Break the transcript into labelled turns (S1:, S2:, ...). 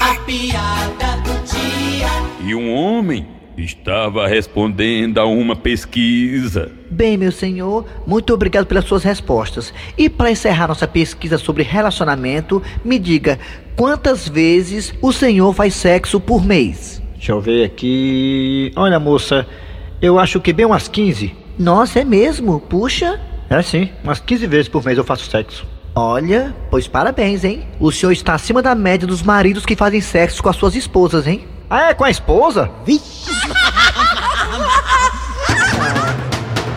S1: A piada do dia.
S2: E um homem estava respondendo a uma pesquisa.
S3: Bem, meu senhor, muito obrigado pelas suas respostas. E para encerrar nossa pesquisa sobre relacionamento, me diga quantas vezes o senhor faz sexo por mês?
S4: Deixa eu ver aqui. Olha, moça, eu acho que bem umas 15.
S3: Nossa, é mesmo? Puxa.
S4: É sim, umas 15 vezes por mês eu faço sexo.
S3: Olha, pois parabéns, hein? O senhor está acima da média dos maridos que fazem sexo com as suas esposas, hein?
S4: Ah, é com a esposa?
S3: Vixe!